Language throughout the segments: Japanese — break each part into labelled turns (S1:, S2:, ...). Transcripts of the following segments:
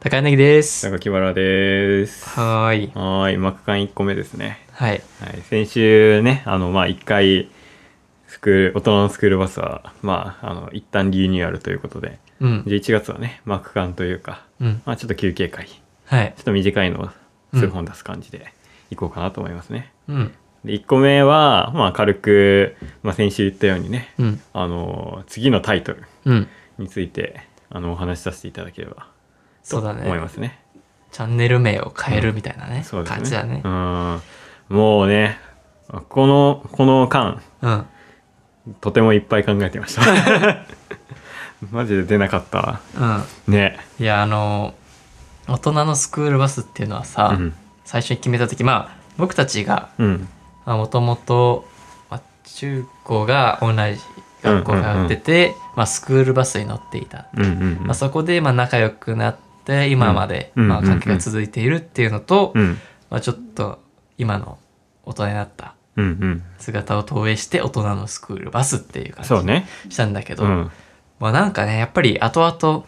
S1: 高柳です。
S2: 中木原です。
S1: はーい。
S2: はーい、幕間1個目ですね。
S1: はい。
S2: はい、先週ね、あの、まあ、1回、スクール、大人のスクールバスは、まあ、あの、一旦リニューアルということで、
S1: うん。
S2: 11月はね、幕間というか、
S1: うん。
S2: まあ、ちょっと休憩会、ち
S1: はい
S2: ょ。っと短いのを数本出す感じで、行こうかなと思いますね。
S1: うん。
S2: で1個目は、まあ、軽く、まあ、先週言ったようにね、
S1: うん。
S2: あの、次のタイトル
S1: うん。
S2: について、あの、お話しさせていただければ、
S1: そうだ
S2: 思い
S1: ね。
S2: ますね。
S1: チャンネル名を変えるみたいなね。
S2: そうですね。
S1: 感じだね
S2: う。ん。もうね、この、この間、
S1: うん。
S2: とてもいっぱい考えてました。 マジで出なかった。
S1: うん。
S2: ね。
S1: いや、あの、大人のスクールバスっていうのは
S2: う
S1: さ、
S2: ん。
S1: 最初に決めた時まあ、僕たちが、
S2: うん。
S1: もともと、まあ中高が同じ学校通ってて、まあ、スクールバスに乗っていた。
S2: うん。うん。
S1: まあ、そこで、まあ、仲良くなって、今まで、
S2: うん
S1: まあ、
S2: うんうんうん
S1: 関係が続いているっていうのと、
S2: うん。
S1: まあ、ちょっと今の大人になった
S2: うん。うん。
S1: 姿を投影して大人のスクールバスっていう感
S2: そう
S1: じ
S2: ね。
S1: したんだけど、
S2: うん。
S1: まあなんかねやっぱり後々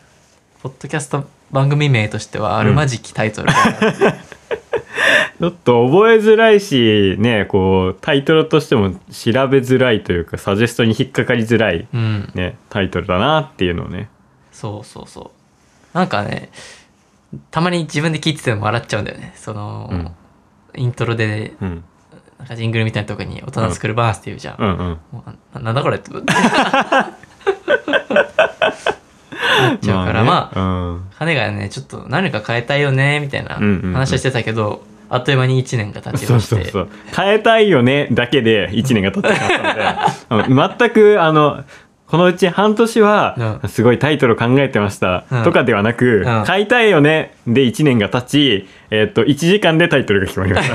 S1: ポッドキャスト番組名としてはあるまじきタイ トルが、
S2: ちょっと覚えづらいし、ね、こう、タイトルとしても調べづらいというか、サジェストに引っかかりづらい、
S1: うん
S2: ね、タイトルだなっていうのをね。
S1: そうそうそうなんかねたまに自分で聞いてても笑っちゃうんだよねその、
S2: うん
S1: イントロで
S2: うん。
S1: なんかジングルみたいなとこに「大人のスクールバス」って言うじゃん、
S2: うんうん。
S1: もうななんだこれって なっちゃうから、まあ
S2: ねうん。
S1: 彼がねちょっと何か変えたいよねみたいな
S2: うんうんうん
S1: 話をしてたけど、あっという間に1年が経ち
S2: そう
S1: まして
S2: そうそう変えたいよねだけで1年が経ってしまったのであの全くあのこのうち半年は
S1: うん
S2: すごいタイトルを考えてました
S1: うん
S2: とかではなく
S1: うん
S2: 「買いたいよね」で1年が経ち、えっと1時間でタイトルが決まり まし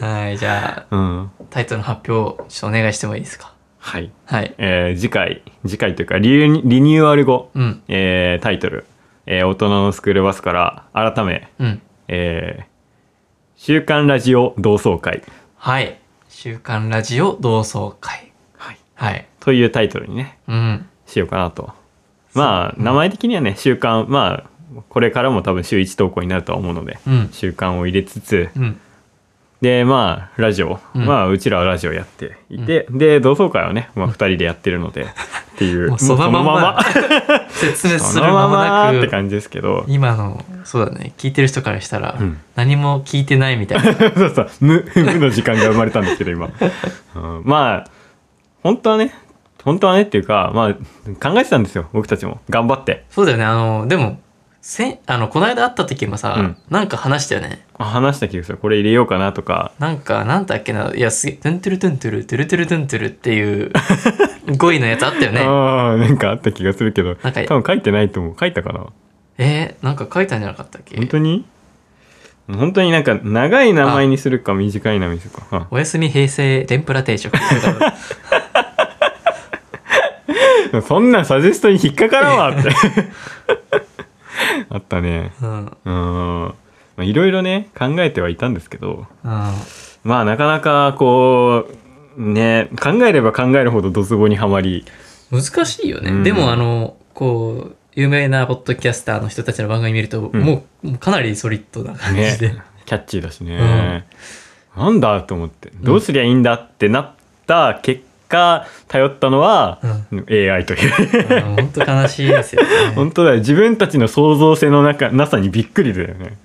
S2: た、
S1: はいじゃあ
S2: うん、
S1: タイトルの発表をちょっとお願いしてもいいですか
S2: はい、
S1: はい
S2: えー次回次回というかリニューリニューアル後、
S1: うん
S2: えータイトル、えー大人のスクールバス」から改め
S1: うん
S2: 「えー週刊ラジオ同窓会
S1: はい「週刊ラジオ同窓会」
S2: はい
S1: はい」
S2: というタイトルにね
S1: うん
S2: しようかなとまあ名前的にはね習慣まあこれからも多分週1投稿になるとは思うので、
S1: うん
S2: 習慣を入れつつ
S1: うん
S2: でまあラジオ、
S1: うん
S2: まあうちらはラジオやっていて、で同窓会はね、まあ、2人でやってるのでっていう
S1: もうそのまんま
S2: もうその
S1: 説明す
S2: そ
S1: る
S2: の
S1: ま
S2: まま
S1: も
S2: っ
S1: な
S2: て
S1: く
S2: 感じですけ ど
S1: 今のそうだね聞いてる人からしたら、
S2: うん
S1: 何も聞いてないみたい な
S2: そうそう無無の時間が生まれたんですけど今、うんまあ本当はね本当はねっていうかまあ考えてたんですよ僕たちも頑張って
S1: そうだよねあのでもせんあのこの間会った時もさ、
S2: うん
S1: なんか話したよね
S2: あ話した気がするこれ入れようかなとか
S1: なんか、なんだっけな、いや、すげえ、トゥントゥルトゥントゥル、トゥルトゥルトゥントゥルっていう 語彙のやつあったよね。
S2: ああ、なんかあった気がするけど、
S1: なんか
S2: 多分書いてないと思う。書いたかな
S1: えー、なんか書いたんじゃなかったっけ
S2: 本当に本当になんか長い名前にするか短い名前にするか。あ
S1: おやすみ平成天ぷら定 食。
S2: そんなんサジェストに引っかからん わって。あったね。
S1: うん。うん。
S2: うーん。まあいろいろね、考えてはいたんですけど、
S1: あ
S2: まあなかなかこう、ね、考えれば考えるほどドツボにはまり、
S1: 難しいよね。
S2: うん
S1: でも、あの、こう、有名なポッドキャスターの人たちの番組見ると、
S2: うん
S1: もう、もうかなりソリッドな感じで。
S2: ね、キャッチーだしね、なんだと思ってどうすりゃいいんだってなった結果頼ったのは、AI という
S1: 本当悲しいですよ ね。
S2: 本当だよ自分たちの創造性の中なさにびっくりだよね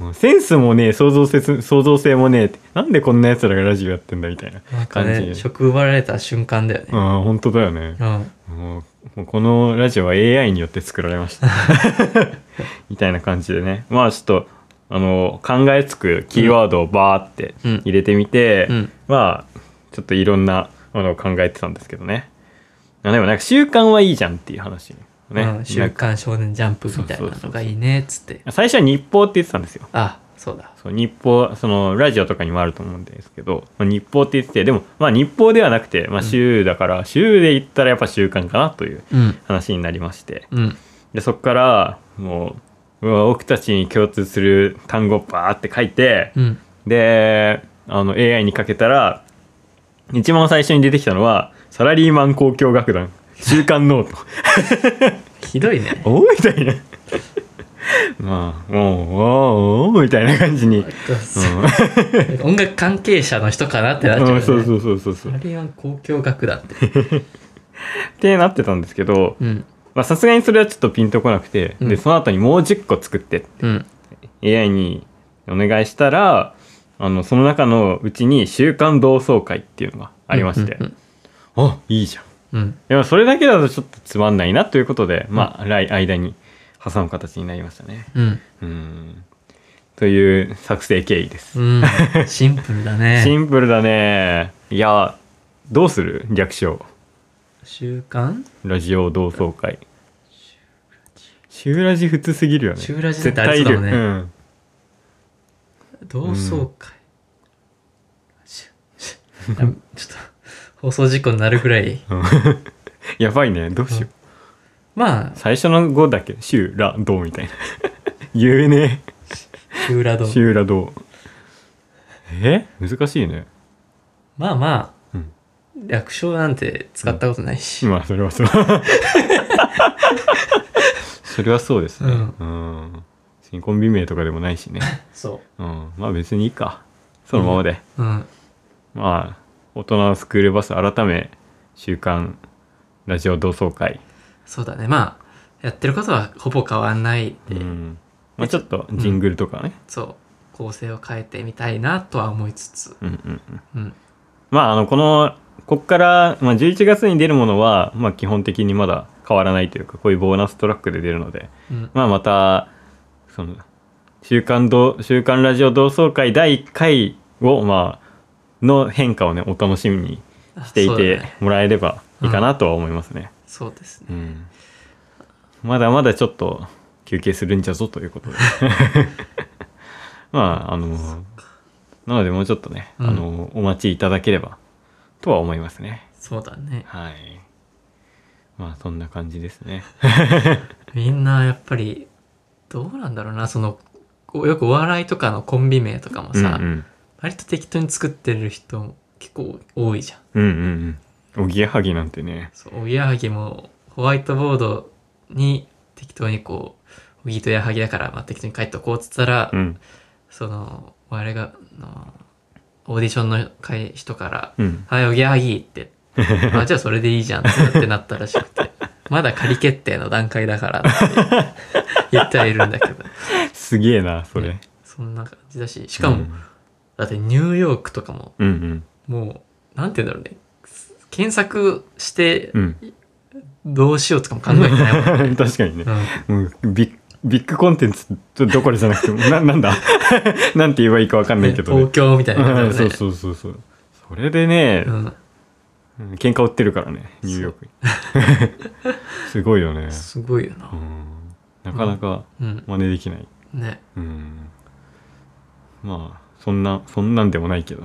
S1: うん
S2: もうセンスもねえ創造性創造性もねえなんでこんなやつらがラジオやってんだみたいな
S1: なんか
S2: 感じ
S1: ね、職奪われた瞬間だよ
S2: う
S1: ね。
S2: ん本当だよね
S1: うん。
S2: もうもうこのラジオは AI によって作られ ましたみたいな感じでねまあちょっとあの考えつくキーワードをバーって
S1: うん
S2: 入れてみて、
S1: うん
S2: まあちょっといろんなものを考えてたんですけどねあでもなんか習慣はいいじゃんっていう話ね、
S1: うん
S2: な
S1: 週
S2: んか
S1: 刊少年ジャンプみたいなのがいいね、つって。
S2: 最初は日報って言ってたんですよ
S1: あ、そうだ。
S2: そう日報そのラジオとかにもあると思うんですけど、まあ、日報って言っててでもまあ日報ではなくて、まあ、週だから、週で言ったらやっぱ習慣かなという
S1: うん。
S2: 話になりまして
S1: うん。
S2: でそこからもううわ僕たちに共通する単語をバーって書いて、
S1: うん。
S2: であの AI にかけたら一番最初に出てきたのは「サラリーマン交響楽団週刊ノート
S1: ひどいね」。
S2: おみたいな まあ、おうおうおうみたいな感じに。うん
S1: 音楽関係者の人かなってなっちゃう、
S2: う
S1: ね、
S2: んそうそうそうそうそう。っ
S1: あれは交響楽団って。
S2: てなってたんですけど、
S1: うん。
S2: まあさすがにそれはちょっとピンとこなくて、
S1: うん
S2: で、その後にもう10個作って、
S1: うん。
S2: AI にお願いしたら、あの、その中のうちに週刊同窓会っていうのがありまして、
S1: うん。
S2: あ、いいじゃん。
S1: うん
S2: でもそれだけだとちょっとつまんないなということで、まあ、来、間に挟む形になりましたね。
S1: うん。
S2: うん。という作成経緯です。
S1: うん。うんシンプルだ
S2: シ
S1: ね。
S2: ンプルだね。いや、どうする略称。
S1: 習慣
S2: ラジオ同窓会。シューラジ普通すぎるよね。
S1: シューラジ
S2: 絶対い
S1: だ
S2: る。
S1: ね
S2: うん。
S1: 同窓会。ししあちょっと、放送事故になるぐらい。
S2: やばいね。どうしよう。
S1: まあ、
S2: 最初の語だけ、シューラドみたいな。言えね
S1: シューラド
S2: え。。シューラド。え難しいね。
S1: まあまあ
S2: うん、
S1: 略称なんて使ったことないし。
S2: まあ、それは そう。それはそうですね。うん。コンビ名とかでもないしね。
S1: そ
S2: うん。まあ別にいいか。そのままで。
S1: う。うん。
S2: まあ、大人のスクールバス改め、週刊ラジオ同窓会。
S1: そうだね。まあ、やってることはほぼ変わんないで、
S2: うん。まあちょっとジングルとかね。
S1: そう、構成を変えてみたいなとは思いつつ。
S2: うんうんうん。
S1: うん。
S2: まああの、この、こっから、まあ11月に出るものは、まあ基本的にまだ変わらないというか、こういうボーナストラックで出るので、
S1: うん。
S2: まあまた、その、週刊ど、週刊ラジオ同窓会第1回を、まあ、の変化をね、お楽しみにしてい
S1: そう
S2: て
S1: だね
S2: もらえればいいかなとは思いますね。
S1: そうですね。
S2: うんまだまだちょっと休憩するんじゃぞということで まああのなのでもうちょっとね、
S1: うん
S2: あのお待ちいただければとは思いますね
S1: そうだね。
S2: はいまあそんな感じですね
S1: みんなやっぱり、どうなんだろうな、その、こうよくお笑いとかのコンビ名とかもさ、
S2: うん
S1: 割と適当に作ってる人も結構多いじゃん。
S2: うんうんうんうんおぎやはぎなんてね
S1: そう、おぎやはぎもホワイトボードに適当にこう、おぎとやはぎだから、まあ、適当に書いておこうっつったら、
S2: うん
S1: その、我々が、あのオーディションの会人から、
S2: うん
S1: はい、おぎやはぎって、あ、じゃあそれでいいじゃんってなったらしくて、まだ仮決定の段階だからって言ってはいるんだけど、
S2: すげえなそれ
S1: そんな感じだし、しかも、
S2: うん
S1: だってニューヨークとかも、
S2: うん
S1: もう、なんて言うんだろうね、検索して
S2: うんうん
S1: どうしようとかも考えてない もん
S2: 確かにね
S1: う、ん
S2: もうビッビッグコンテンツどころじゃなくてもななんだ なんて言えばいいかわかんないけど、ね、
S1: 東京みたいな
S2: う
S1: 感
S2: ん
S1: じだ よ
S2: そう
S1: ね。
S2: そうそうそうそれでね、
S1: うん
S2: 喧嘩売ってるからねニューヨークに すごいよね、
S1: すごいよ
S2: う
S1: な。
S2: ん、なかなか
S1: うん。
S2: 真似できない、
S1: ね。
S2: うん、まあそんなそんなんでもない けど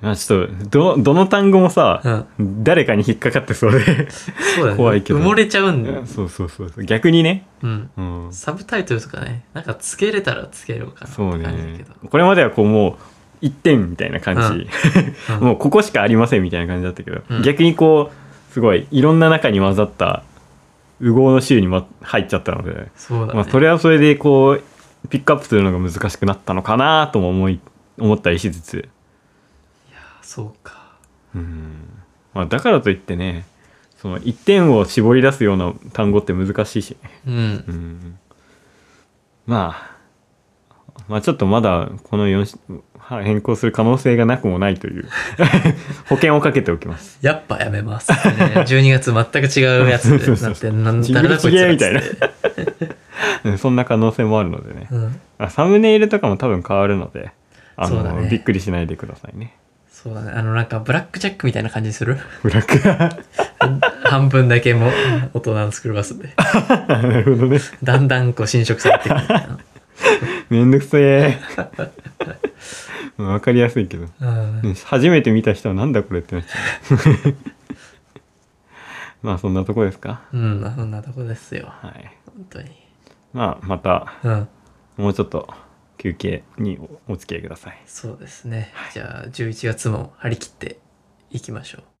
S2: まあちょっとどどの単語も
S1: う
S2: さ、
S1: ん。
S2: 誰かに引っかかってそうで
S1: そうだね。
S2: 怖いけど
S1: 埋もれちゃうんだよ。
S2: そうそうそうそう逆にね、
S1: うん。
S2: うん、
S1: サブタイトルとかね、なんかつけれたらつけようかなって
S2: そう
S1: 感じだけ
S2: ね
S1: ど。
S2: これまではこうもう一点みたいな感じ、
S1: うん
S2: もうここしかありませんみたいな感じだったけど、
S1: うん
S2: 逆にこうすごいいろんな中に混ざった右往の州に、ま、入っちゃったので、
S1: そうだ
S2: まあ、
S1: ね。
S2: それはそれでこうピックアップするのが難しくなったのかなとも思い思ったりしつつ、
S1: そうか。
S2: うんまあ、だからといってねその一点を絞り出すような単語って難しいし、
S1: うん
S2: う。んまあ、まあちょっとまだこの4しは変更する可能性がなくもないという 保険をかけておきます。
S1: やっぱやめます、ね。12月 全く違うやつ
S2: そう
S1: に
S2: そ
S1: な
S2: う
S1: っ
S2: そ
S1: て、
S2: う
S1: なん
S2: ち
S1: だ
S2: げえ
S1: らこいつらっつって
S2: ちげえみうんそんな可能性もあるのでね。
S1: うん。
S2: あサムネイルとかも多分変わるので、あ
S1: そう
S2: の、
S1: だね
S2: びっくりしないでくださいね。
S1: そうだね。あの、なんかブラックジャックみたいな感じにする
S2: ブラック。
S1: 半分だけも大人のスクールバス で。
S2: なるほどね。
S1: だんだんこう侵食されていく みたいな。
S2: めんどくせえ。 まあわかりやすいけど。
S1: うん
S2: うん初めて見た人はなんだこれってなっちゃ う。まあそんなとこですか。
S1: うん、そんなとこですよ。
S2: はい。
S1: 本当に。
S2: まあまた
S1: うん、
S2: もうちょっと休憩におお付き合いください。
S1: そうですね。じゃあ、11月も張り切っていきましょう。